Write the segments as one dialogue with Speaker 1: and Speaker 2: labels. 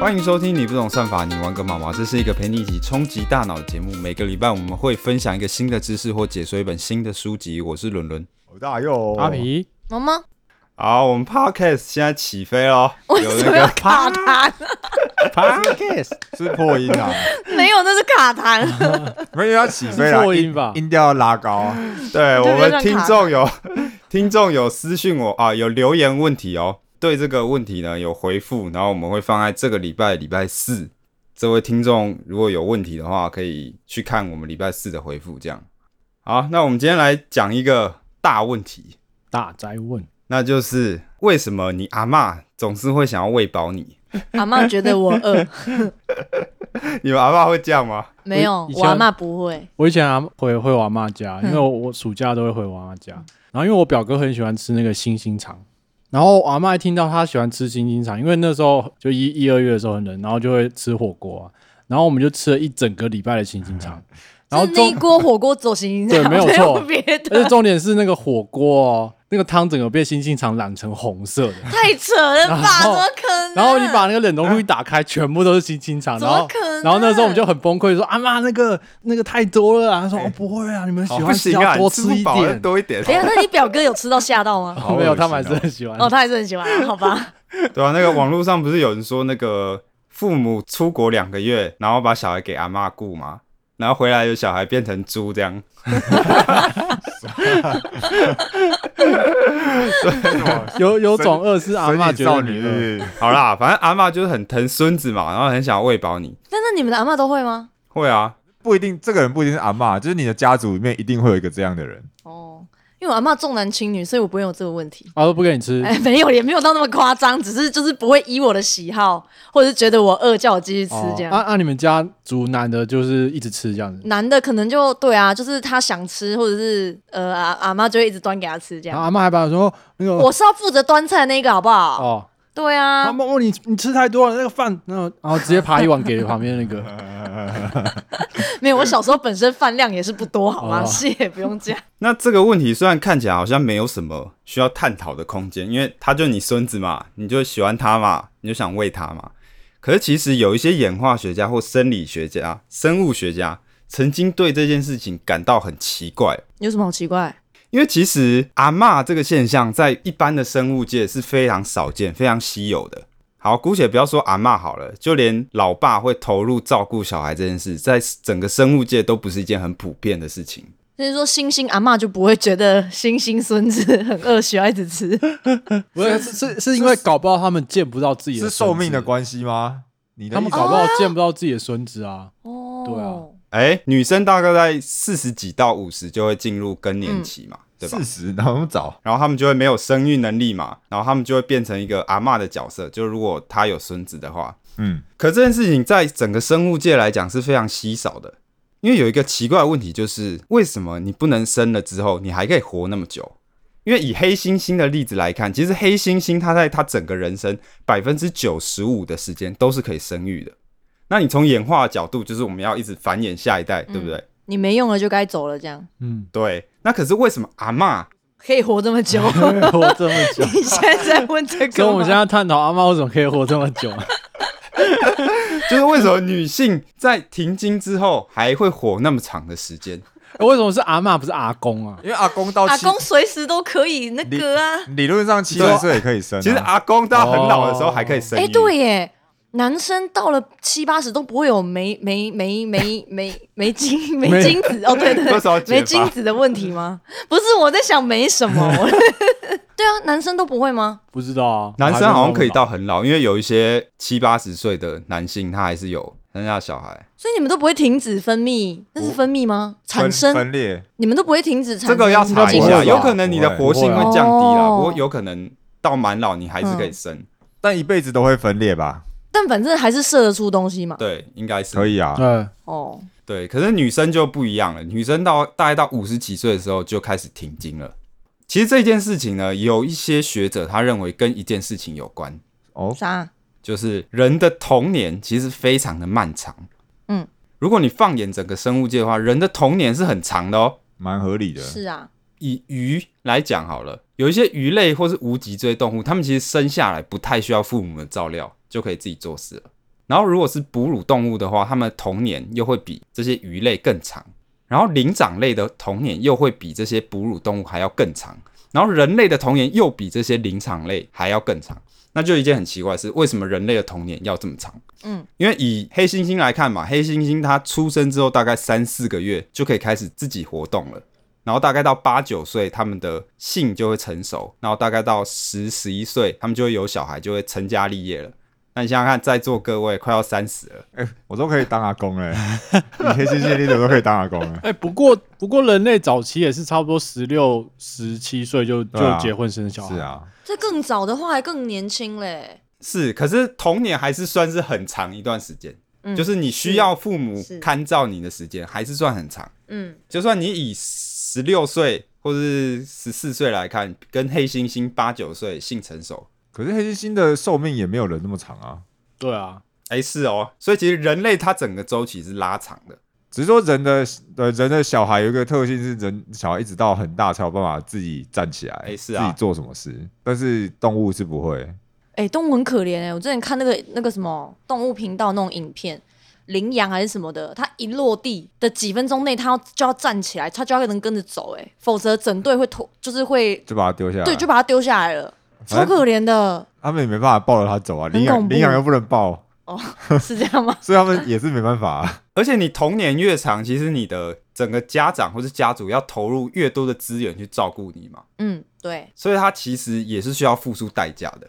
Speaker 1: 欢迎收听《你不懂算法，你玩个毛毛》。这是一个陪你一起冲击大脑的节目。每个礼拜我们会分享一个新的知识或解说一本新的书籍。我是伦伦。
Speaker 2: 我大佑，
Speaker 3: 阿皮，
Speaker 4: 萌萌，
Speaker 1: 好，我们 podcast 现在起飞喽！
Speaker 4: 为
Speaker 1: 有
Speaker 4: 什
Speaker 1: 那
Speaker 4: 么要
Speaker 1: 个
Speaker 4: 卡痰？
Speaker 3: Podcast
Speaker 2: 是破音啊，
Speaker 4: 没有，那是 卡痰。
Speaker 2: 没有要起飞
Speaker 3: 是
Speaker 2: 啦，
Speaker 3: 破
Speaker 2: 音
Speaker 3: 音吧？
Speaker 2: 音调要拉高啊。
Speaker 1: 对
Speaker 4: 就
Speaker 1: 我
Speaker 4: 是
Speaker 1: 们
Speaker 4: 让
Speaker 1: 听
Speaker 4: 卡
Speaker 1: 众有 听众有私讯我啊，有留言问题哦。对这个问题呢有回复，然后我们会放在这个礼拜礼拜四。这位听众如果有问题的话，可以去看我们礼拜四的回复。这样好，那我们今天来讲一个大问题，
Speaker 3: 大宅问，
Speaker 1: 那就是为什么你阿嬷总是会想要喂饱你？
Speaker 4: 阿妈觉得我饿，
Speaker 1: 你们阿嬷会这样吗？
Speaker 4: 没有
Speaker 3: 以，前
Speaker 4: 我阿妈不会。
Speaker 3: 我以前啊回回我阿妈家，
Speaker 4: 嗯
Speaker 3: 因为我我暑假都会回我阿妈家，然后因为我表哥很喜欢吃那个星星肠，然后我阿妈一听到他喜欢吃星星肠，因为那时候就一一二月的时候很冷，然后就会吃火锅啊，然后我们就吃了一整个礼拜的星星肠，
Speaker 2: 嗯
Speaker 3: 然后
Speaker 4: 就是那
Speaker 3: 中
Speaker 4: 一锅火锅走形
Speaker 3: 对没有错
Speaker 4: 别
Speaker 3: 而且
Speaker 4: 的
Speaker 3: 重点是那个火锅哦，那个汤整个被星星肠染成红色的。
Speaker 4: 太扯了
Speaker 3: 然
Speaker 4: 吧？怎
Speaker 3: 后
Speaker 4: 么可能？
Speaker 3: 然后你把那个冷冻库一打开，全部都是星星肠，
Speaker 4: 怎
Speaker 3: 然
Speaker 4: 么
Speaker 3: 后
Speaker 4: 可能
Speaker 3: 然后那时候我们就很崩溃，说阿妈那个那个太多了啊，
Speaker 2: 哎
Speaker 3: 他说哦不会啊，你们喜
Speaker 1: 好不
Speaker 3: 欢吃
Speaker 1: 行啊，
Speaker 3: 要多
Speaker 1: 你
Speaker 3: 吃一
Speaker 1: 不饱要
Speaker 3: 点，
Speaker 1: 多一点。
Speaker 4: 等一下，哎那你表哥有吃到吓到 吗？
Speaker 1: 好恶
Speaker 3: 没有，他
Speaker 1: 心
Speaker 2: 啊
Speaker 3: 们还是
Speaker 1: 哦
Speaker 3: 很喜欢
Speaker 4: 哦，。他还是很喜欢，好吧？
Speaker 1: 对啊，那个网络上不是有人说那个父母出国两个月，然后把小孩给阿嬷雇嘛，然后回来有小孩变成猪这样。
Speaker 3: 有有种饿是阿妈
Speaker 2: 神
Speaker 3: 觉得
Speaker 2: 隐少
Speaker 3: 你嗯
Speaker 2: 女嗯
Speaker 3: 饿，
Speaker 2: 是不是
Speaker 1: 好啦， 反正阿嬷就是很疼孙子嘛，然后很想喂饱你。
Speaker 4: 但是你们的阿妈都会吗？
Speaker 1: 会啊，
Speaker 2: 不一定，这个人不一定是阿嬷，就是你的家族里面一定会有一个这样的人。
Speaker 4: 哦，因为我阿妈重男轻女，所以我不会有这个问题。
Speaker 3: 他哦都不给你吃。
Speaker 4: 哎，没有，也没有到那么夸张，只是就是不会依我的喜好，或者是觉得我饿叫我继续吃
Speaker 3: 哦
Speaker 4: 这样。嗯
Speaker 3: 啊啊！你们家族男的就是一直吃这样子，
Speaker 4: 男的可能就对啊，就是他想吃，或者是呃阿阿妈就会一直端给他吃这
Speaker 3: 然后
Speaker 4: 样。
Speaker 3: 阿妈还把说那个
Speaker 4: 我是要负责端菜的那个，好不好？
Speaker 3: 哦，
Speaker 4: 对啊
Speaker 3: 阿，妈哦你你吃太多了那个饭，然后然后直接扒一碗给旁边那 个，
Speaker 4: 没有，我小时候本身饭量也是不多，好吗？
Speaker 3: 哦
Speaker 4: 是也不用 这样。
Speaker 1: 那这个问题虽然看起来好像没有什么需要探讨的空间，因为他就你孙子嘛，你就喜欢他嘛，你就想喂他嘛。可是其实有一些演化学家或生理学家、生物学家曾经对这件事情感到很奇怪，
Speaker 4: 有什么好奇怪？
Speaker 1: 因为其实阿嬷这个现象在一般的生物界是非常少见、非常稀有的。好，姑且不要说阿嬷好了，就连老爸会投入照顾小孩这件事，在整个生物界都不是一件很普遍的事情。
Speaker 4: 就是说，星星阿妈就不会觉得星星孙子很饿，需要一直吃。
Speaker 3: 不是是是是因为搞不好他们见不到自
Speaker 1: 啊
Speaker 3: 己的
Speaker 2: 是寿
Speaker 3: 孙
Speaker 2: 命
Speaker 3: 子
Speaker 2: 的关系吗？你的
Speaker 3: 他们
Speaker 2: 意思哦
Speaker 3: 搞不好见不到自己的孙子啊。
Speaker 4: 哦
Speaker 3: 对啊，
Speaker 1: 哎、女生大概在四十几到五十就会进入更年期嘛，对吧
Speaker 2: 四？十，然后那么早，
Speaker 1: 然后她们就会没有生育能力嘛，然后她们就会变成一个阿嬷的角色。就如果她有孙子的话，
Speaker 2: 嗯，
Speaker 1: 可这件事情在整个生物界来讲是非常稀少的，因为有一个奇怪的问题，就是为什么你不能生了之后，你还可以活那么久？因为以黑猩猩的例子来看，其实黑猩猩它在它整个人生百分之九十五的时间都是可以生育的。那你从演化的角度，就是我们要一直繁衍下一代，
Speaker 4: 嗯
Speaker 1: 对不对？
Speaker 4: 你没用了就该走了，这样
Speaker 3: 嗯，
Speaker 1: 对。那可是为什么阿嬷
Speaker 4: 可以活这 么久？
Speaker 3: 活这么久，
Speaker 4: 你现在是在问这个吗？
Speaker 3: 所以我们现在探讨阿妈为什么可以活这么久。
Speaker 1: 就是为什么女性在停经之后还会活那么长的时间？
Speaker 3: 为什么是阿妈不是阿公啊？
Speaker 2: 因为阿公到
Speaker 4: 阿
Speaker 2: 七，
Speaker 4: 公随时都可以那个啊。
Speaker 2: 理论上七十岁也可以生啊。
Speaker 1: 其实阿公到很老的时候还可以生育。
Speaker 4: 哎、对耶，男生到了七八十都不会有没没没没没没精没
Speaker 3: 没
Speaker 4: 精子哦，对对
Speaker 1: 多少啊
Speaker 4: 对，
Speaker 1: 解
Speaker 4: 没
Speaker 1: 吧
Speaker 4: 精子的问题吗？不是，我在想没 什么。我对啊，男生都不会吗？
Speaker 3: 不知道啊，
Speaker 1: 男生好像可以到
Speaker 3: 我还没有那么
Speaker 1: 很老，因为有一些七八十岁的男性，他还是有生下小孩。
Speaker 4: 所以你们都不会停止分泌，那是分泌吗？产
Speaker 2: 分
Speaker 4: 生，
Speaker 2: 分裂，
Speaker 4: 你们都不会停止产
Speaker 1: 这
Speaker 4: 生。
Speaker 1: 个要查一
Speaker 3: 应该不
Speaker 1: 下，
Speaker 3: 会吧啊
Speaker 1: 有可能你的活性会降低啦，
Speaker 4: 不
Speaker 1: 不
Speaker 4: 会哦
Speaker 1: 过有可能到蛮老你还是可以生。
Speaker 2: 但一辈子都会分裂吧？
Speaker 4: 但反正还是射得出东西嘛。
Speaker 1: 对，应该是
Speaker 2: 可以啊，
Speaker 3: 老。
Speaker 4: 哦，
Speaker 1: 对。可是女生就不一样了，女生到大概到五十几岁的时候就开始停经了。其实这件事情呢，有一些学者他认为跟一件事情有关，
Speaker 2: 哦，
Speaker 4: 啥？
Speaker 1: 就是人的童年其实非常的漫长。
Speaker 4: 嗯，
Speaker 1: 如果你放眼整个生物界的话，人的童年是很长的哦。
Speaker 2: 蛮合理的。
Speaker 4: 是啊，
Speaker 1: 以鱼来讲好了，有一些鱼类或是无脊椎动物，它们其实生下来不太需要父母的照料，就可以自己做事了。然后如果是哺乳动物的话，它们的童年又会比这些鱼类更长，然后灵长类的童年又会比这些哺乳动物还要更长，然后人类的童年又比这些灵长类还要更长。那就一件很奇怪的事，为什么人类的童年要这么长？
Speaker 4: 嗯，
Speaker 1: 因为以黑猩猩来看嘛，黑猩猩它出生之后大概三四个月就可以开始自己活动了。然后大概到八九岁，他们的性就会成熟，然后大概到十十一岁，他们就会有小孩，就会成家立业了。那你想想看，在座各位快要三十了，
Speaker 2: 哎、我都可以当阿公了、 你黑猩猩例子我都可以当阿公 了。
Speaker 3: 哎、不过不过人类早期也是差不多十六、十七岁就
Speaker 2: 对啊
Speaker 3: 就结婚生小孩，
Speaker 2: 是，啊，
Speaker 4: 这更早的话还更年轻嘞。
Speaker 1: 是，可是童年还是算是很长一段时间，
Speaker 4: 嗯
Speaker 1: 就是你需要父母
Speaker 4: 是
Speaker 1: 看照你的时间还是算很长。
Speaker 4: 嗯，
Speaker 1: 就算你以十六岁或是十四岁来看，跟黑猩猩八九岁性成熟，
Speaker 2: 可是黑猩猩的寿命也没有人那么长啊，
Speaker 3: 对啊，
Speaker 1: 哎，是哦。所以其实人类它整个周期是拉长的。
Speaker 2: 只是说人的呃人的小孩有一个特性是人小孩一直到很大才有办法自己站起来，
Speaker 1: 哎是啊
Speaker 2: 自己做什么事，但是动物是不会。
Speaker 4: 哎、动物很可怜哎、我之前看那个那个什么动物频道那种影片，羚羊还是什么的，它一落地的几分钟内，它要就要站起来，它就要能跟着走哎、否则整队会拖，就是会
Speaker 2: 就把它
Speaker 1: 啊
Speaker 2: 丢下来，
Speaker 4: 对，就把它丢下来了，超可怜的，
Speaker 2: 他们也没办法抱着它走啊，领
Speaker 4: 恐
Speaker 2: 养
Speaker 4: 怖
Speaker 2: 领养又不能 抱，
Speaker 4: 是这样吗？
Speaker 2: 所以他们也是没办法、啊。
Speaker 1: 而且你童年越长，其实你的整个家长或是家族要投入越多的资源去照顾你嘛，
Speaker 4: 嗯，对，
Speaker 1: 所以他其实也是需要付出代价的。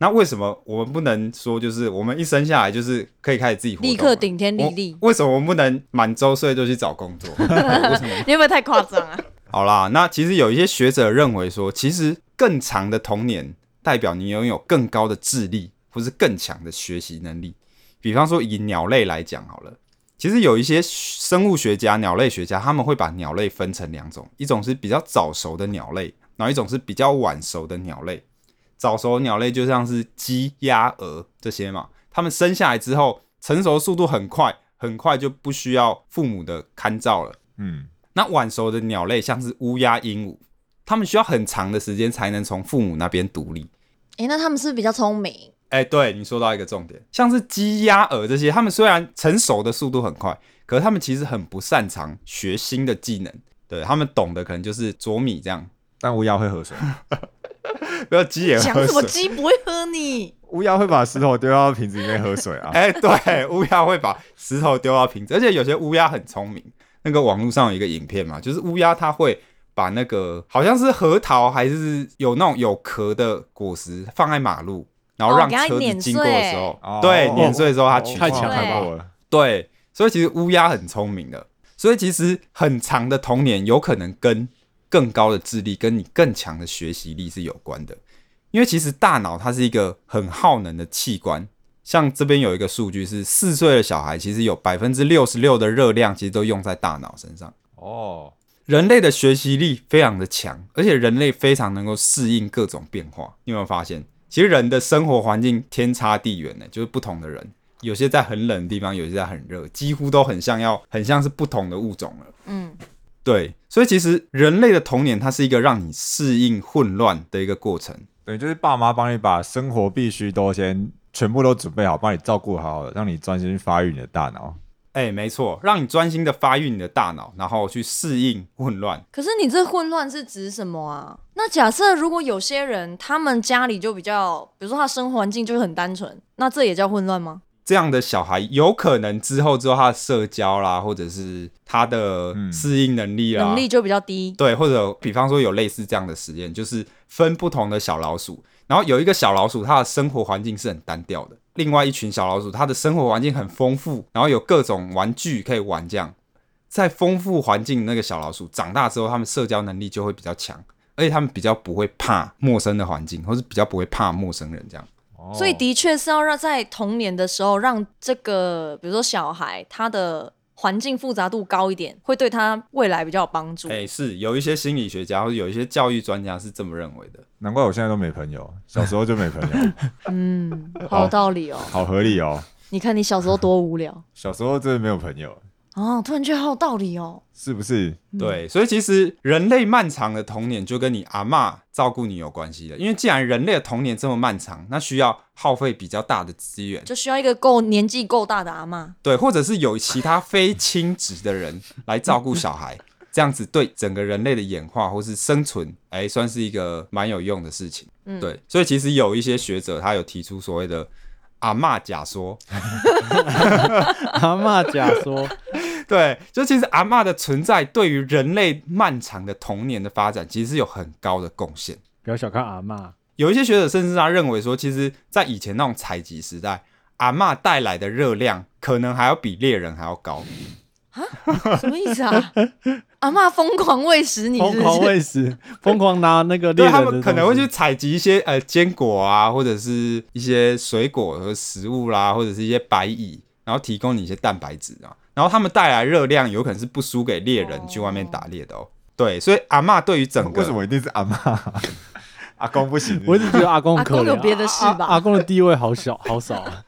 Speaker 1: 那为什么我们不能说，就是我们一生下来就是可以开始自己活动啊
Speaker 4: 立刻顶天立地，
Speaker 1: 我为什么我们不能满周岁就去找工作？为什么
Speaker 4: 你会不会太夸张 啊？
Speaker 1: 好啦，那其实有一些学者认为说，其实更长的童年代表你拥有更高的智力，或是更强的学习能力。比方说以鸟类来讲好了，其实有一些生物学家、鸟类学家，他们会把鸟类分成两种，一种是比较早熟的鸟类，然后一种是比较晚熟的鸟类。早熟鸟类就像是鸡、鸭、鹅这些嘛，它们生下来之后成熟速度很快，很快就不需要父母的看照了。
Speaker 2: 嗯，
Speaker 1: 那晚熟的鸟类，像是乌鸦、鹦鹉，它们需要很长的时间才能从父母那边独立。
Speaker 4: 哎、那他们是不是比较聪明？
Speaker 1: 哎、对你说到一个重点，像是鸡、鸭、鹅这些，它们虽然成熟的速度很快，可是它们其实很不擅长学新的技能。对他们懂的可能就是啄米这 样，
Speaker 2: 但乌鸦会喝水，
Speaker 1: 不要鸡也
Speaker 4: 讲
Speaker 1: 喝
Speaker 4: 什么
Speaker 1: 水。
Speaker 4: 鸡不会喝你？
Speaker 2: 乌鸦会把石头丢到瓶子里面喝水啊。
Speaker 1: 哎、对，乌鸦会把石头丢到瓶子，而且有些乌鸦很聪明。那个网络上有一个影片嘛，就是乌鸦它会把那个好像是核桃还是有那种有壳的果实放在马路，然后
Speaker 4: 哦
Speaker 1: 让
Speaker 4: 给它
Speaker 1: 车子
Speaker 4: 碾
Speaker 1: 经过的时
Speaker 4: 碎
Speaker 1: 候，
Speaker 2: 哦
Speaker 1: 对，碾碎之后它取
Speaker 2: 太
Speaker 1: 出
Speaker 2: 强
Speaker 1: 来
Speaker 4: 对
Speaker 2: 了吧！
Speaker 1: 对，所以其实乌鸦很聪明的，所以其实很长的童年有可能跟更高的智力、跟你更强的学习力是有关的。因为其实大脑它是一个很耗能的器官，像这边有一个数据是，四岁的小孩其实有百分之六十六的热量其实都用在大脑身上。
Speaker 2: 哦，
Speaker 1: 人类的学习力非常的强，而且人类非常能够适应各种变化。你有没有发现，其实人的生活环境天差地远呢、就是不同的人，有些在很冷的地方，有些在很热，几乎都很像要很像是不同的物种了。
Speaker 4: 嗯，
Speaker 1: 对，所以其实人类的童年，它是一个让你适应混乱的一个过程。
Speaker 2: 等于就是爸妈帮你把生活必须都先全部都准备好，帮你照顾好好的，让你专心发育你的大脑。
Speaker 1: 哎、没错，让你专心的发育你的大脑，然后去适应混乱。
Speaker 4: 可是你这混乱是指什么啊？那假设如果有些人他们家里就比较，比如说他生活环境就是很单纯，那这也叫混乱吗？
Speaker 1: 这样的小孩有可能之后之后他的社交啦，或者是他的
Speaker 2: 嗯
Speaker 1: 适应能力啦，
Speaker 4: 能力就比较低。
Speaker 1: 对，或者比方说有类似这样的实验，就是分不同的小老鼠，然后有一个小老鼠它的生活环境是很单调的，另外一群小老鼠它的生活环境很丰富，然后有各种玩具可以玩，这样在丰富环境的那个小老鼠长大之后，它们社交能力就会比较强，而且它们比较不会怕陌生的环境，或是比较不会怕陌生人这样。
Speaker 2: 哦
Speaker 4: 所以的确是要让在童年的时候让这个，比如说小孩他的环境复杂度高一点，会对他未来比较有帮助。
Speaker 1: 哎、是有一些心理学家或者有一些教育专家是这么认为的。
Speaker 2: 难怪我现在都没朋友，小时候就没朋友，
Speaker 4: 嗯，好有道理哦。
Speaker 2: 好合理哦。
Speaker 4: 你看你小时候多无聊
Speaker 2: 小时候真的没有朋友，
Speaker 4: 哦，突然觉得好有道理哦。
Speaker 2: 是不是？
Speaker 1: 对，所以其实人类漫长的童年就跟你阿嬷照顾你有关系的，因为既然人类的童年这么漫长，那需要耗费比较大的资源，
Speaker 4: 就需要一个够年纪够大的阿嬷。
Speaker 1: 对，或者是有其他非亲职的人来照顾小孩，这样子对整个人类的演化或是生存，哎、算是一个蛮有用的事情。
Speaker 4: 嗯
Speaker 1: 对，所以其实有一些学者他有提出所谓的。阿嬷假说，
Speaker 3: 阿嬷假说，
Speaker 1: 对，就其实阿嬷的存在对于人类漫长的童年的发展，其实是有很高的贡献。
Speaker 3: 不要小看阿嬷，
Speaker 1: 有一些学者甚至他认为说，其实，在以前那种采集时代，阿嬷带来的热量可能还要比猎人还要高。
Speaker 4: 什么意思啊？阿嬷疯狂喂食你，
Speaker 3: 疯
Speaker 4: 是
Speaker 3: 狂
Speaker 4: 不是？
Speaker 3: 喂食， 疯狂拿那个
Speaker 1: 对，
Speaker 3: 猎人的
Speaker 1: 他
Speaker 3: 东
Speaker 1: 们
Speaker 3: 西
Speaker 1: 可能会去采集一些呃坚果啊，或者是一些水果和食物啦，或者是一些白蚁，然后提供你一些蛋白质啊。然后他们带来热量有可能是不输给猎人
Speaker 4: 哦
Speaker 1: 去外面打猎的哦。对，所以阿嬷对于整个
Speaker 2: 为什么一定是阿妈？阿公不行是不
Speaker 3: 我
Speaker 2: 是
Speaker 3: 一直觉得阿公很可怜，啊
Speaker 4: 阿公有别的事吧
Speaker 3: 阿阿阿公的地位好小，好少 啊。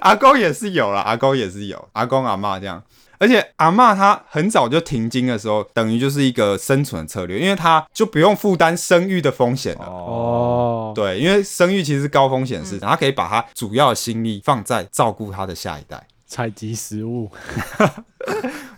Speaker 1: 阿公也是有啦，阿公也是有，阿公阿嬷这样。而且阿嬷她很早就停经的时候，等于就是一个生存策略，因为她就不用负担生育的风险了。
Speaker 2: 哦，
Speaker 3: 哦，
Speaker 1: 对，因为生育其实是高风险的事，
Speaker 4: 嗯
Speaker 1: 情，她可以把她主要的心力放在照顾她的下一代，
Speaker 3: 采集食物，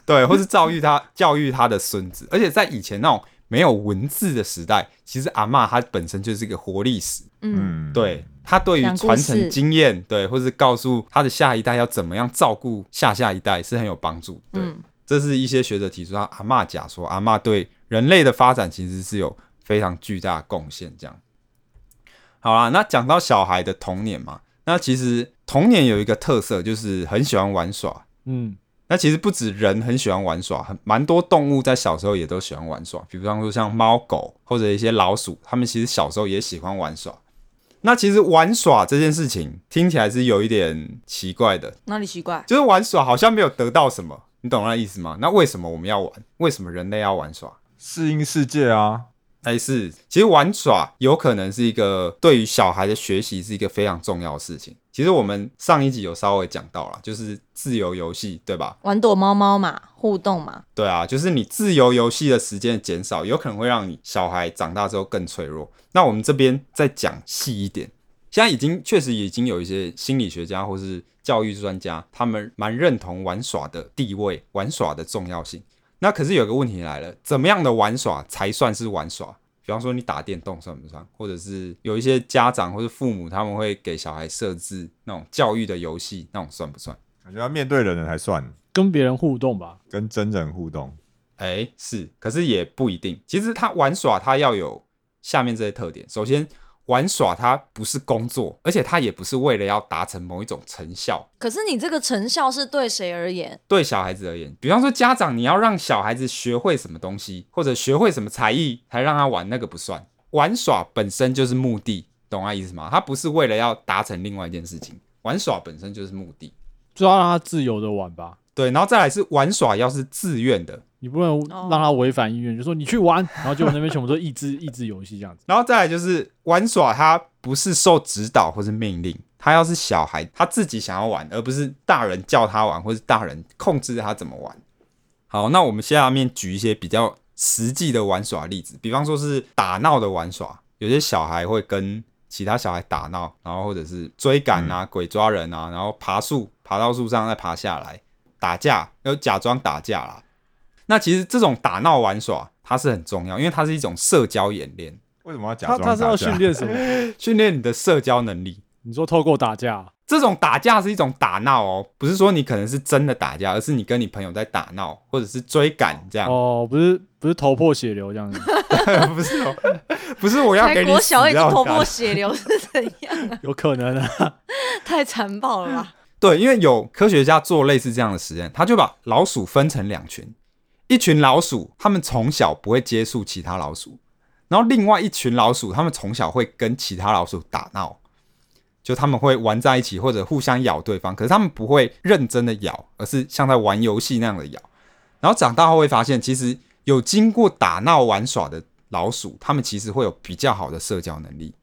Speaker 1: 对，或是教育她教育她的孙子。而且在以前那种没有文字的时代，其实阿嬷她本身就是一个活历史，
Speaker 4: 嗯，
Speaker 2: 嗯，
Speaker 1: 对他对于
Speaker 4: 讲故
Speaker 1: 传
Speaker 4: 事
Speaker 1: 承经验，对，或是告诉他的下一代要怎么样照顾下下一代是很有帮助。对，
Speaker 4: 嗯
Speaker 1: 这是一些学者提出他阿嬷假说，阿嬷对人类的发展其实是有非常巨大的贡献。这样，好啦，那讲到小孩的童年嘛，那其实童年有一个特色就是很喜欢玩耍。
Speaker 3: 嗯，
Speaker 1: 那其实不止人很喜欢玩耍，很蛮多动物在小时候也都喜欢玩耍，比方说像猫狗或者一些老鼠，它们其实小时候也喜欢玩耍。那其实玩耍这件事情听起来是有一点奇怪的，
Speaker 4: 哪里奇怪？
Speaker 1: 就是玩耍好像没有得到什么，你懂那意思吗？那为什么我们要玩？为什么人类要玩耍？
Speaker 2: 适应世界啊，
Speaker 1: 哎，是，其实玩耍有可能是一个对于小孩的学习是一个非常重要的事情。其实我们上一集有稍微讲到了，就是自由游戏，对吧？
Speaker 4: 玩躲猫猫嘛，互动嘛，
Speaker 1: 对啊，就是你自由游戏的时间减少，有可能会让你小孩长大之后更脆弱。那我们这边再讲细一点，现在已经确实已经有一些心理学家或是教育专家，他们蛮认同玩耍的地位、玩耍的重要性。那可是有个问题来了，怎么样的玩耍才算是玩耍？比方说你打电动算不算？或者是有一些家长或是父母他们会给小孩设置那种教育的游戏，那种算不算？
Speaker 2: 感觉要面对人了才算，
Speaker 3: 跟别人互动吧。
Speaker 2: 跟真人互动。
Speaker 1: 哎、是，可是也不一定。其实他玩耍，他要有下面这些特点。首先，玩耍它不是工作，而且它也不是为了要达成某一种成效。
Speaker 4: 可是你这个成效是对谁而言？
Speaker 1: 对小孩子而言，比方说家长，你要让小孩子学会什么东西，或者学会什么才艺，才让他玩，那个不算。玩耍本身就是目的，懂我意思吗？他不是为了要达成另外一件事情，玩耍本身就是目的。
Speaker 3: 就要让他自由的玩吧，
Speaker 1: 对，然后再来是玩耍，要是自愿的，
Speaker 3: 你不能
Speaker 4: 哦
Speaker 3: 让他违反意愿，就说你去玩，然后结果那边全部都益智益智游戏这样子。
Speaker 1: 然后再来就是玩耍，它不是受指导或是命令，他要是小孩他自己想要玩，而不是大人叫他玩或是大人控制他怎么玩。好，那我们下面举一些比较实际的玩耍例子，比方说是打闹的玩耍，有些小孩会跟其他小孩打闹，然后或者是追赶啊、鬼抓人啊，然后爬树，爬到树上再爬下来，打架，要假装打架啦。那其实这种打闹玩耍它是很重要，因为它是一种社交演练。
Speaker 2: 为什么要假
Speaker 3: 他
Speaker 2: 装
Speaker 3: 他是要
Speaker 2: 打架
Speaker 3: 训练什么？
Speaker 1: 训练你的社交能力。
Speaker 3: 你说透过打
Speaker 2: 啊
Speaker 3: 架，
Speaker 1: 这种打架是一种打闹哦，不是说你可能是真的打架，而是你跟你朋友在打闹，或者是追赶这样。
Speaker 3: 哦，不是不是头破血流这样子，
Speaker 1: 不是哦， 不是我要
Speaker 4: 才
Speaker 1: 给你
Speaker 4: 国
Speaker 1: 死
Speaker 4: 小已经
Speaker 1: 要
Speaker 4: 头
Speaker 1: 打
Speaker 4: 破血流是怎样？
Speaker 3: 有可能啊。
Speaker 4: 太残暴了吧！
Speaker 1: 对，因为有科学家做类似这样的实验，他就把老鼠分成两群，一群老鼠他们从小不会接触其他老鼠，然后另外一群老鼠他们从小会跟其他老鼠打闹，就他们会玩在一起或者互相咬对方，可是他们不会认真的咬，而是像在玩游戏那样的咬。然后长大后会发现，其实有经过打闹玩耍的老鼠，他们其实会有比较好的社交能力。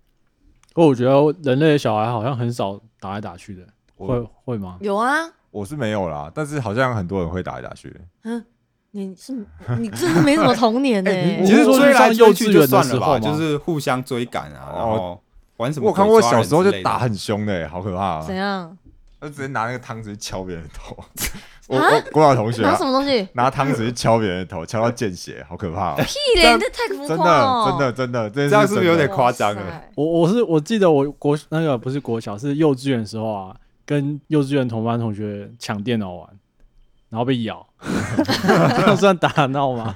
Speaker 3: 不过我觉得人类的小孩好像很少打来打去的，
Speaker 2: 我
Speaker 3: 会会吗？
Speaker 4: 有啊，
Speaker 2: 我是没有啦，但是好像很多人会打来打去。
Speaker 4: 你是你真是没什么童年呢、
Speaker 3: 哎你
Speaker 1: 其实
Speaker 3: 我是说
Speaker 1: 追来
Speaker 3: 上
Speaker 1: 追
Speaker 3: 幼稚
Speaker 1: 去
Speaker 3: 园
Speaker 1: 就
Speaker 3: 的
Speaker 1: 算
Speaker 3: 时
Speaker 1: 了
Speaker 3: 候
Speaker 1: 吧，就
Speaker 3: 吗
Speaker 1: 是互相追赶啊，然后玩什么
Speaker 2: 我看
Speaker 1: 鬼
Speaker 2: 过
Speaker 1: 抓
Speaker 2: 小
Speaker 1: 人
Speaker 2: 时候
Speaker 1: 之
Speaker 2: 就
Speaker 1: 类的
Speaker 2: 打很凶的、好可怕、啊
Speaker 4: 怎！样？
Speaker 2: 就直接拿那个汤匙去敲别人的头。我
Speaker 4: 啊
Speaker 2: 我国小同学、
Speaker 4: 拿
Speaker 2: 啊
Speaker 4: 什、么东西？
Speaker 2: 拿汤匙去敲别人的头，敲到见血，好可怕、啊！
Speaker 4: 屁嘞！你这太浮
Speaker 2: 真
Speaker 4: 夸哦了、
Speaker 2: 的真的真的，这
Speaker 1: 这样是不是有
Speaker 4: 太
Speaker 1: 点夸张了
Speaker 3: 我我是我记得我国那个不是国小是幼稚园的时候啊，跟幼稚园同班同学抢电脑玩，然后被 咬，这样算打闹吗？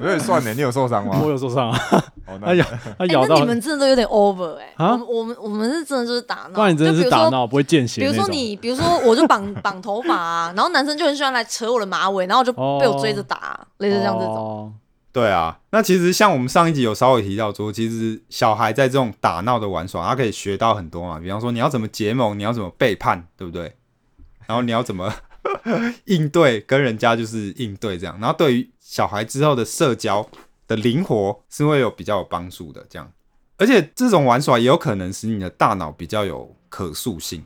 Speaker 2: 有点算呢？你有受伤 吗？
Speaker 3: 我有受伤啊，
Speaker 2: 哦，那
Speaker 3: 他咬他
Speaker 4: 哎、
Speaker 3: 咬
Speaker 4: 那
Speaker 3: 到
Speaker 4: 你，们真的都有点 over 哎、
Speaker 3: 啊
Speaker 4: 我们我们我们是真的就是打闹，
Speaker 3: 不然你真的
Speaker 4: 就比
Speaker 3: 是
Speaker 4: 如
Speaker 3: 打
Speaker 4: 说
Speaker 3: 闹，不会见血
Speaker 4: 比如
Speaker 3: 那
Speaker 4: 说
Speaker 3: 种。
Speaker 4: 你，比如说我就绑 绑头发啊，然后男生就很喜欢来扯我的马尾，然后就被我追着打、类似这样这种。
Speaker 3: 哦
Speaker 1: 对啊，那其实像我们上一集有稍微提到说，其实小孩在这种打闹的玩耍，他可以学到很多嘛。比方说，你要怎么结盟，你要怎么背叛，对不对？然后你要怎么 应对跟人家就是应对这样。然后对于小孩之后的社交的灵活是会有比较有帮助的这样。而且这种玩耍也有可能使你的大脑比较有可塑性，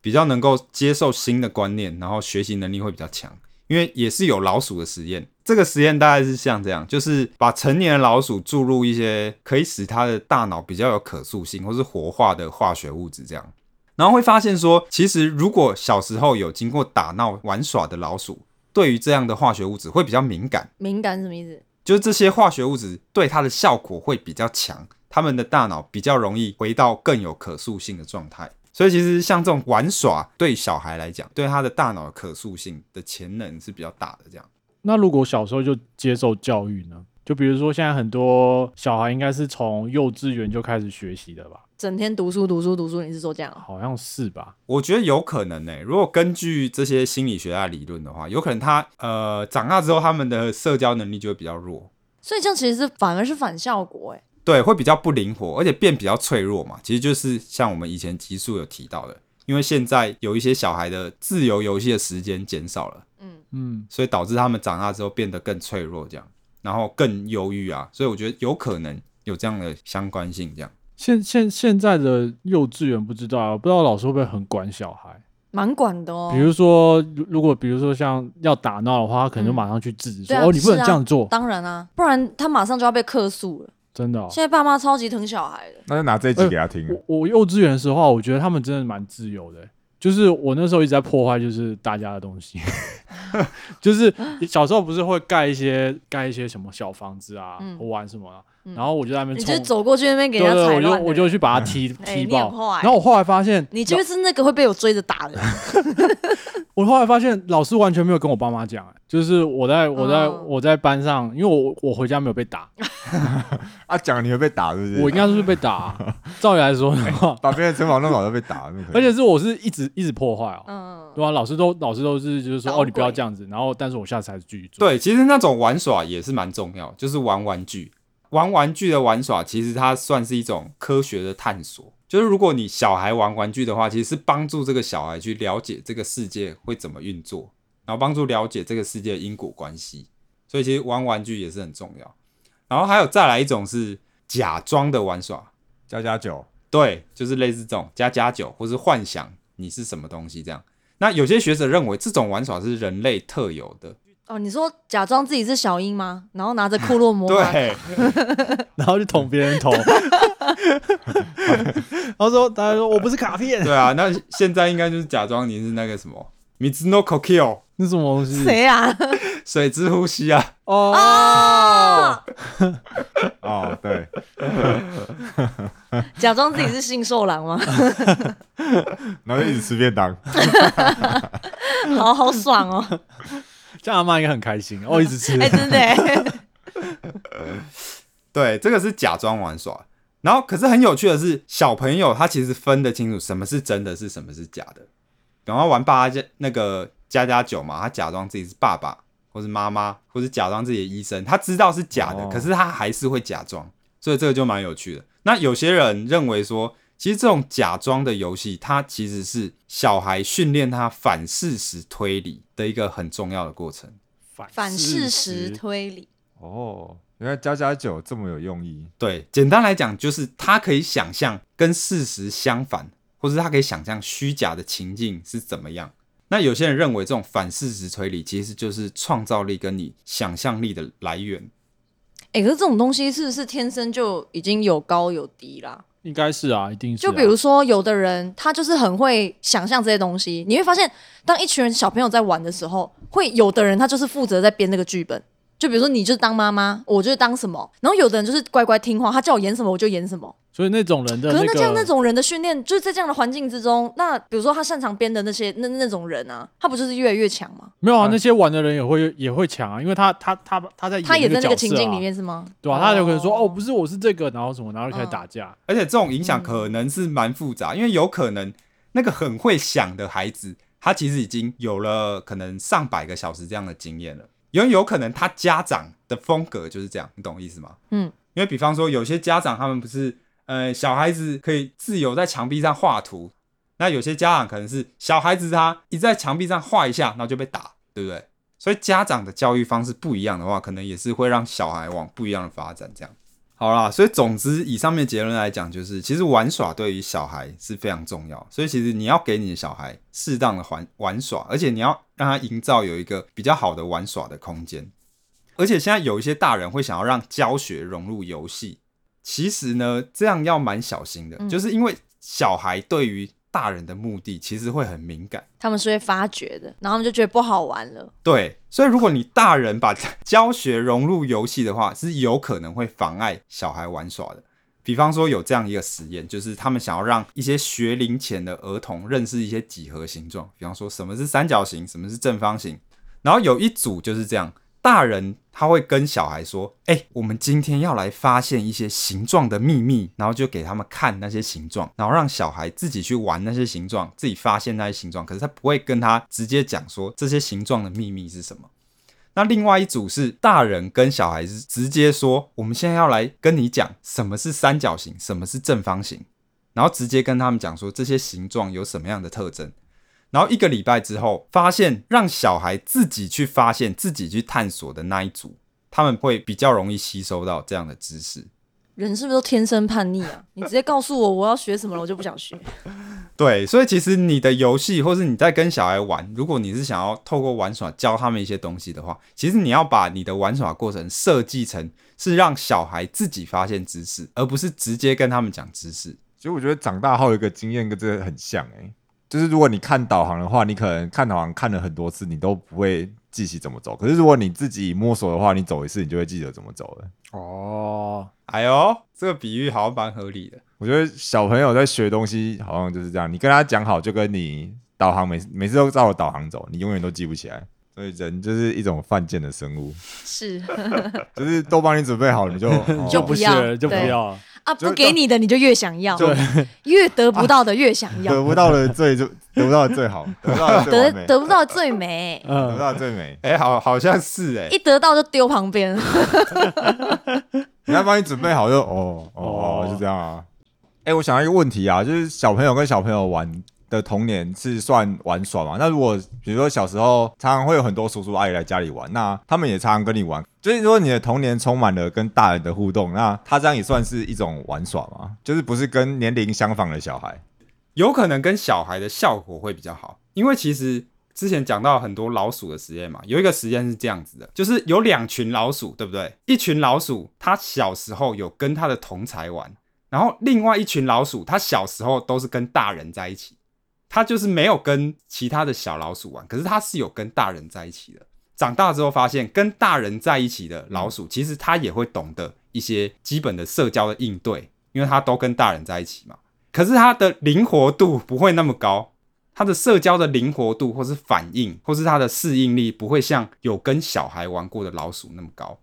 Speaker 1: 比较能够接受新的观念，然后学习能力会比较强。因为也是有老鼠的实验。这个实验大概是像这样，就是把成年的老鼠注入一些可以使它的大脑比较有可塑性或是活化的化学物质，这样，然后会发现说，其实如果小时候有经过打闹玩耍的老鼠，对于这样的化学物质会比较敏感，
Speaker 4: 敏感是什么意思？
Speaker 1: 就是这些化学物质对它的效果会比较强，它们的大脑比较容易回到更有可塑性的状态。所以其实像这种玩耍对小孩来讲，对他的大脑的可塑性的潜能是比较大的，这样。
Speaker 3: 那如果小时候就接受教育呢？就比如说现在很多小孩应该是从幼稚园就开始学习的吧？
Speaker 4: 整天读书读书读书，你是说这样哦？
Speaker 3: 好像是吧？
Speaker 1: 我觉得有可能呢、如果根据这些心理学家的理论的话，有可能他呃长大之后，他们的社交能力就会比较弱，
Speaker 4: 所以这样其实是反而是反效果哎、
Speaker 1: 对，会比较不灵活，而且变比较脆弱嘛。其实就是像我们以前集数有提到的，因为现在有一些小孩的自由游戏的时间减少了，
Speaker 4: 嗯，
Speaker 3: 嗯，
Speaker 1: 所以导致他们长大之后变得更脆弱，这样，然后更忧郁啊。所以我觉得有可能有这样的相关性，这样。
Speaker 3: 现现现在的幼稚园不知道啊，不知道老师会不会很管小孩？
Speaker 4: 蛮管的哦。
Speaker 3: 比如说，如如果比如说像要打闹的话，他可能就
Speaker 4: 嗯
Speaker 3: 马上去制止说：“
Speaker 4: 对啊
Speaker 3: 哦，你不能
Speaker 4: 是啊
Speaker 3: 这样做。
Speaker 4: 当然啊，不然他马上就要被克诉了。
Speaker 3: 真的、哦，
Speaker 4: 现在爸妈超级疼小孩的，
Speaker 2: 那就拿这一集给他听。
Speaker 3: 我我幼稚园的时候啊，我觉得他们真的蛮自由的、欸就是我那时候一直在破坏，就是大家的东 西，就是小时候不是会盖一些盖一些什么小房子啊，
Speaker 4: 嗯
Speaker 3: 或玩什么啊，
Speaker 4: 嗯
Speaker 3: 然后我就在那边
Speaker 4: 你
Speaker 3: 冲
Speaker 4: 就是，走过去那边给人
Speaker 3: 对
Speaker 4: 家
Speaker 3: 对，
Speaker 4: 踩
Speaker 3: 我就
Speaker 4: 乱的
Speaker 3: 我就去把它踢
Speaker 4: 哎
Speaker 3: 踢
Speaker 4: 你很
Speaker 3: 爆，
Speaker 4: 坏
Speaker 3: 然后我后来发现，
Speaker 4: 你就是那个会被我追着打的人。
Speaker 3: 我后来发现，老师完全没有跟我爸妈讲、哎就是我在我在、
Speaker 4: 哦
Speaker 3: 我在班上，因为我我回家没有被打，
Speaker 2: 啊，讲了你会被打，是不是？
Speaker 3: 我应该是被打啊、照理来说的话，
Speaker 2: 把别人城堡弄倒就被打，那么可
Speaker 3: 而
Speaker 2: 以
Speaker 3: 且是我是一直一直破坏哦、
Speaker 4: 嗯，
Speaker 3: 对啊，老师都老师都是就是说
Speaker 4: 捣
Speaker 3: 哦，你不要
Speaker 4: 鬼
Speaker 3: 这样子，然后但是我下次还是继续做。
Speaker 1: 对，其实那种玩耍也是蛮重要，就是玩玩具。玩玩具的玩耍，其实它算是一种科学的探索。就是如果你小孩玩玩具的话，其实是帮助这个小孩去了解这个世界会怎么运作，然后帮助了解这个世界的因果关系。所以其实玩玩具也是很重要。然后还有再来一种是假装的玩耍，
Speaker 2: 加加酒，
Speaker 1: 对，就是类似这种加加酒，或是幻想你是什么东西这样。那有些学者认为这种玩耍是人类特有的，
Speaker 4: 哦，你说假装自己是小樱吗？然后拿着库 洛魔 法，
Speaker 1: 对。
Speaker 3: 然后就捅别人头， 然后说大家说我不是卡 片，
Speaker 1: 对啊，那现在应该就是假装你是那个什么 Mizuno Kokyo
Speaker 3: 那什么东西？
Speaker 4: 谁哦啊？
Speaker 1: 水之呼吸啊，
Speaker 3: 哦，
Speaker 2: 哦，对，
Speaker 4: 假装自己是信受 狼吗？
Speaker 2: 然后就一直吃便当，
Speaker 4: 好好 爽哦！
Speaker 3: 这样阿妈应该很开心哦，一直 吃
Speaker 4: 哎、。真的欸，
Speaker 1: 对，这个是假装玩耍。然后，可是很有趣的是，小朋友他其实分得清楚什么是真的，是什么是假的。然后玩爸家那个家家酒嘛，他假装自己是爸爸，或是妈妈，或是假装自己的医生，他知道是假的，
Speaker 2: 哦
Speaker 1: 可是他还是会假装，所以这个就蛮有趣的。那有些人认为说，其实这种假装的游戏，它其实是小孩训练他反事实推理的一个很重要的过程。
Speaker 4: 反事实推理，
Speaker 2: 哦，原来加加酒这么有用意，
Speaker 1: 对，简单来讲，就是他可以想象跟事实相反或是他可以想象虚假的情境是怎么样。那有些人认为这种反事实推理其实就是创造力跟你想象力的来源。
Speaker 4: 哎、可是这种东西是不是天生就已经有高有低啦？
Speaker 3: 应该是啊，一定是啊、
Speaker 4: 就比如说，有的人他就是很会想象这些东西，你会发现，当一群人小朋友在玩的时候，会有的人他就是负责在编那个剧本。就比如说，你就是当妈妈，我就是当什么，然后有的人就是乖乖听话，他叫我演什么我就演什么。
Speaker 3: 所以那种人的
Speaker 4: 可是
Speaker 3: 个
Speaker 4: 那这样那种人的训练，就是在这样的环境之中，那比如说他擅长编的那些那那种人啊，他不就是越来越强吗？
Speaker 3: 没有啊
Speaker 2: 啊，
Speaker 3: 那些玩的人也会也会抢啊，因为他他他他在
Speaker 4: 他也在那
Speaker 3: 个
Speaker 4: 个
Speaker 3: 角色啊
Speaker 4: 情境里，面是吗？
Speaker 3: 对啊，他有可能说哦，不是我是这个，然后什么，然后就开始
Speaker 4: 嗯
Speaker 3: 打架。
Speaker 1: 而且这种影响可能是蛮复杂，因为有可能那个很会想的孩子，他其实已经有了可能上百个小时这样的经验了。因为有可能他家长的风格就是这样，你懂我意思吗？
Speaker 4: 嗯，
Speaker 1: 因为比方说有些家长他们不是，呃，小孩子可以自由在墙壁上画图，那有些家长可能是小孩子他一在墙壁上画一下，然后就被打，对不对？所以家长的教育方式不一样的话，可能也是会让小孩往不一样的发展这样。好啦，所以总之，以上面结论来讲，就是其实玩耍对于小孩是非常重要，所以其实你要给你的小孩适当的玩玩耍，而且你要让他营造有一个比较好的玩耍的空间。而且现在有一些大人会想要让教学融入游戏，其实呢，这样要蛮小心的，
Speaker 4: 嗯
Speaker 1: 就是因为小孩对于大人的目的其实会很敏感。
Speaker 4: 他们是会发觉的，然后他们就觉得不好玩了。
Speaker 1: 对，所以如果你大人把教学融入游戏的话，是有可能会妨碍小孩玩耍的。比方说有这样一个实验，就是他们想要让一些学龄前的儿童认识一些几何形状，比方说什么是三角形，什么是正方形。然后有一组就是这样，大人他会跟小孩说：“哎、我们今天要来发现一些形状的秘密。”然后就给他们看那些形状，然后让小孩自己去玩那些形状，自己发现那些形状。可是他不会跟他直接讲说这些形状的秘密是什么。那另外一组是大人跟小孩子直接说：“我们现在要来跟你讲什么是三角形，什么是正方形。”然后直接跟他们讲说这些形状有什么样的特征。然后一个礼拜之后，发现让小孩自己去发现、自己去探索的那一组，他们会比较容易吸收到这样的知识。
Speaker 4: 人是不是都天生叛逆 啊？你直接告诉我我要学什么了，我就不想学。
Speaker 1: 对，所以其实你的游戏，或是你在跟小孩玩，如果你是想要透过玩耍教他们一些东西的话，其实你要把你的玩耍过程设计成是让小孩自己发现知识，而不是直接跟他们讲知识。
Speaker 2: 其实我觉得长大后有一个经验跟这个很像哎、就是如果你看导航的话，你可能看导航看了很多次，你都不会记起怎么走。可是如果你自己摸索的话，你走一次你就会记得怎么走了。
Speaker 3: 哦，
Speaker 1: 哎呦，这个比喻好像蛮合理的。
Speaker 2: 我觉得小朋友在学东西好像就是这样，你跟他讲好，就跟你导航每次每次都照着导航走，你永远都记不起来。所以人就是一种犯贱的生物，
Speaker 4: 是
Speaker 2: 就是都帮你准备好，你 就
Speaker 4: 就
Speaker 2: 哦
Speaker 3: 不是
Speaker 4: 不要
Speaker 3: 了就不
Speaker 4: 对
Speaker 3: 要了，
Speaker 4: 啊，
Speaker 2: 就
Speaker 4: 不给你的你就越想要，越得不到的越想要，
Speaker 2: 得不到的最就得不到的最好，得不到的最
Speaker 4: 得
Speaker 2: 完美，得
Speaker 4: 得不到的最美，
Speaker 2: 不
Speaker 3: 嗯，
Speaker 2: 到的最美。
Speaker 1: 哎、好，好像是哎、
Speaker 4: 一得到就丢旁边。
Speaker 2: 人家帮你准备好就哦哦
Speaker 3: 哦
Speaker 2: 就这样啊。哎、我想到一个问题啊，就是小朋友跟小朋友玩的童年是算玩耍嘛？那如果比如说小时候常常会有很多叔叔阿姨来家里玩，那他们也常常跟你玩，就是说你的童年充满了跟大人的互动，那他这样也算是一种玩耍嘛？就是不是跟年龄相仿的小孩？
Speaker 1: 有可能跟小孩的效果会比较好，因为其实之前讲到很多老鼠的实验嘛，有一个实验是这样子的，就是有两群老鼠，对不对？一群老鼠它小时候有跟它的同才玩，然后另外一群老鼠它小时候都是跟大人在一起，它就是没有跟其他的小老鼠玩，可是它是有跟大人在一起的。长大之后发现，跟大人在一起的老鼠，其实它也会懂得一些基本的社交的应对，因为它都跟大人在一起嘛。可是它的灵活度不会那么高，它的社交的灵活度或是反应，或是它的适应力不会像有跟小孩玩过的老鼠那么高。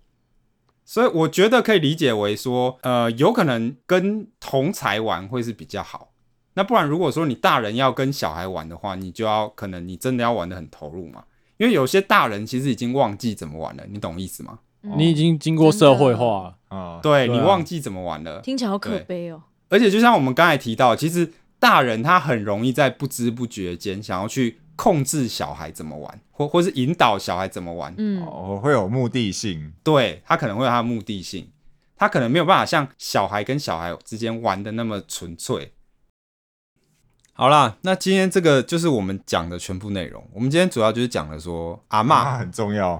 Speaker 1: 所以我觉得可以理解为说，呃，有可能跟同才玩会是比较好。那不然如果说你大人要跟小孩玩的话，你就要可能你真的要玩的很投入嘛，因为有些大人其实已经忘记怎么玩了，你懂意思吗？
Speaker 3: 嗯
Speaker 4: 嗯
Speaker 3: 你已经经过社会化了，
Speaker 2: 啊、
Speaker 1: 对
Speaker 3: 对啊
Speaker 1: 你忘记怎么玩了，
Speaker 4: 听起来好可悲哦。
Speaker 1: 而且就像我们刚才提到，其实大人他很容易在不知不觉间想要去控制小孩怎么玩，或或是引导小孩怎么玩。
Speaker 4: 嗯，
Speaker 2: 哦，会有目的性。
Speaker 1: 对他可能会有他的目的性，他可能没有办法像小孩跟小孩之间玩的那么纯粹。好啦，那今天这个就是我们讲的全部内容。我们今天主要就是讲了说阿
Speaker 2: 骂
Speaker 1: 嬷，
Speaker 2: 很重要，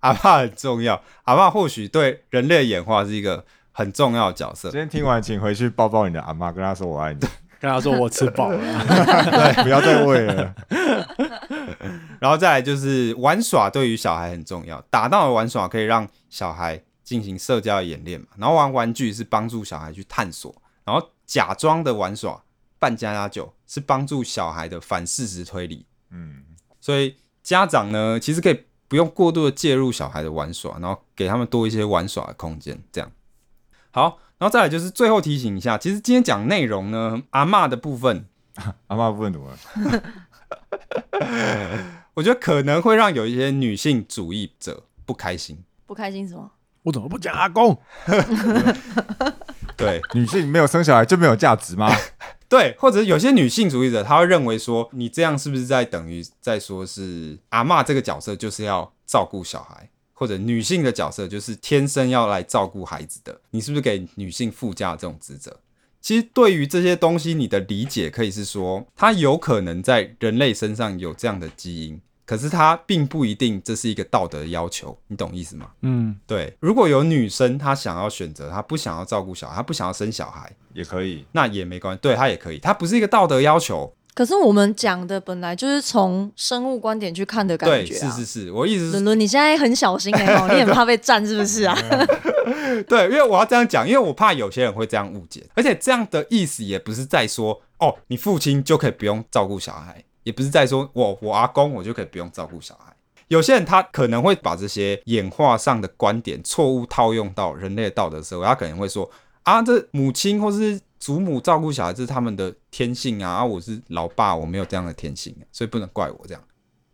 Speaker 1: 阿嬷很重要，阿嬷或许对人类演化是一个很重要的角色
Speaker 2: 今。天听完请回去抱抱你的阿妈，跟她说我爱你，
Speaker 3: 跟他说我吃饱了，
Speaker 2: 对，不要再喂了。
Speaker 1: 然后再来就是玩耍对于小孩很重要，打闹的玩耍可以让小孩进行社交的演练嘛，然后玩玩具是帮助小孩去探索，然后假装的玩耍扮家家酒是帮助小孩的反事实推理，
Speaker 2: 嗯，
Speaker 1: 所以家长呢其实可以不用过度的介入小孩的玩耍，然后给他们多一些玩耍的空间，这样好。然后再来就是最后提醒一下，其实今天讲内容呢，阿嬷的部分
Speaker 2: 阿妈问怎么了？
Speaker 1: 我觉得可能会让有一些女性主义者不开心。
Speaker 4: 不开心什么？
Speaker 3: 我怎么不讲阿公？
Speaker 1: 对
Speaker 2: 女性没有生小孩就没有价值吗？
Speaker 1: 对，或者有些女性主义者，她会认为说，你这样是不是在等于在说是阿嬷这个角色就是要照顾小孩，或者女性的角色就是天生要来照顾孩子的，你是不是给女性附加这种职责？其实对于这些东西，你的理解可以是说，它有可能在人类身上有这样的基因，可是它并不一定这是一个道德要求，你懂意思吗？
Speaker 3: 嗯，
Speaker 1: 对，如果有女生她想要选择，她不想要照顾小孩，她不想要生小孩，
Speaker 2: 也可以，
Speaker 1: 那也没关系，对他也可以，他不是一个道德要求。
Speaker 4: 可是我们讲的本来就是从生物观点去看的感
Speaker 1: 对，
Speaker 4: 觉
Speaker 1: 是
Speaker 4: 啊。
Speaker 1: 是是，我意思
Speaker 4: 伦伦，你现在很小心哎、哦，你很怕被占是不是啊？
Speaker 1: 是，对，因为我要这样讲，因为我怕有些人会这样误解，而且这样的意思也不是在说哦，你父亲就可以不用照顾小孩，也不是在说我我阿公我就可以不用照顾小孩。有些人他可能会把这些演化上的观点错误套用到人类的道德社会，他可能会说啊，这母亲或是祖母照顾小孩这是他们的天性啊，啊我是老爸，我没有这样的天性、所以不能怪我这样。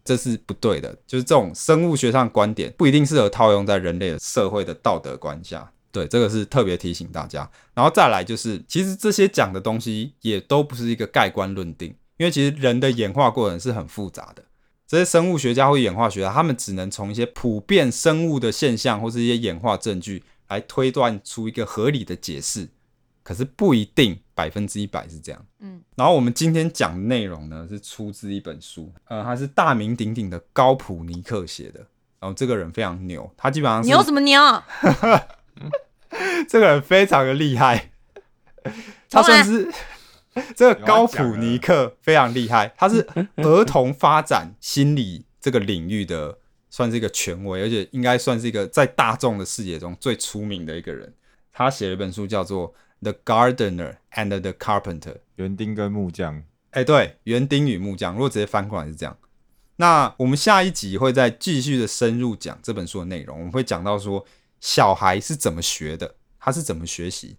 Speaker 1: 这是不对的，就是这种生物学上的观点不一定适合套用在人类的社会的道德观下。对，这个是特别提醒大家。然后再来就是，其实这些讲的东西也都不是一个盖棺论定，因为其实人的演化过程是很复杂的。这些生物学家或演化学家，他们只能从一些普遍生物的现象或是一些演化证据来推断出一个合理的解释，可是不一定百分之一百是这样。
Speaker 4: 嗯，
Speaker 1: 然后我们今天讲的内容呢，是出自一本书，呃，它是大名鼎鼎的高普尼克写的。然后这个人非常牛，他基本上是
Speaker 4: 牛嗯什么牛？
Speaker 1: 这个人非常的厉害，他
Speaker 4: 重
Speaker 1: 算
Speaker 4: 来
Speaker 1: 是这个高普尼克非常厉害，他是 儿童发展心理这个领域的算是一个权威，而且应该算是一个在大众的视野中最出名的一个人。他写了一本书叫做《The Gardener and the Carpenter》，
Speaker 2: 园丁跟木匠，
Speaker 1: 哎、对，园丁与木匠，如果直接翻过来是这样。那我们下一集会再继续的深入讲这本书的内容，我们会讲到说小孩是怎么学的，他是怎么学习。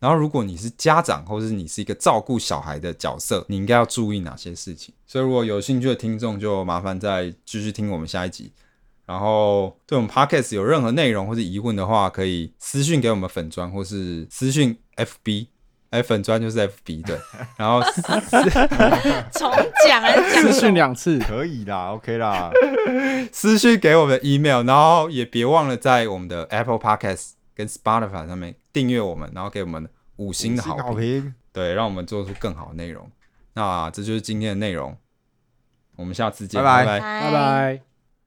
Speaker 1: 然后，如果你是家长，或是你是一个照顾小孩的角色，你应该要注意哪些事情？所以，如果有兴趣的听众，就麻烦再继续听我们下一集。然后，对我们 podcast 有任何内容或是疑问的话，可以私讯给我们粉砖，或是私讯 FB，哎，粉砖就是 FB 对。然后私
Speaker 4: 重讲还是
Speaker 3: 试
Speaker 4: 讲
Speaker 3: 训两次，
Speaker 2: 可以啦，OK 啦，
Speaker 1: 私讯给我们的 email，然后也别忘了在我们的 Apple Podcast 跟 Spotify 上面订阅我们，然后给我们五星的好
Speaker 2: 好
Speaker 1: 评，
Speaker 2: 评，
Speaker 1: 对，让我们做出更好的内容。那这就是今天的内容，我们下次见，
Speaker 2: 拜
Speaker 1: 拜
Speaker 2: 拜
Speaker 1: 拜
Speaker 3: 拜。拜。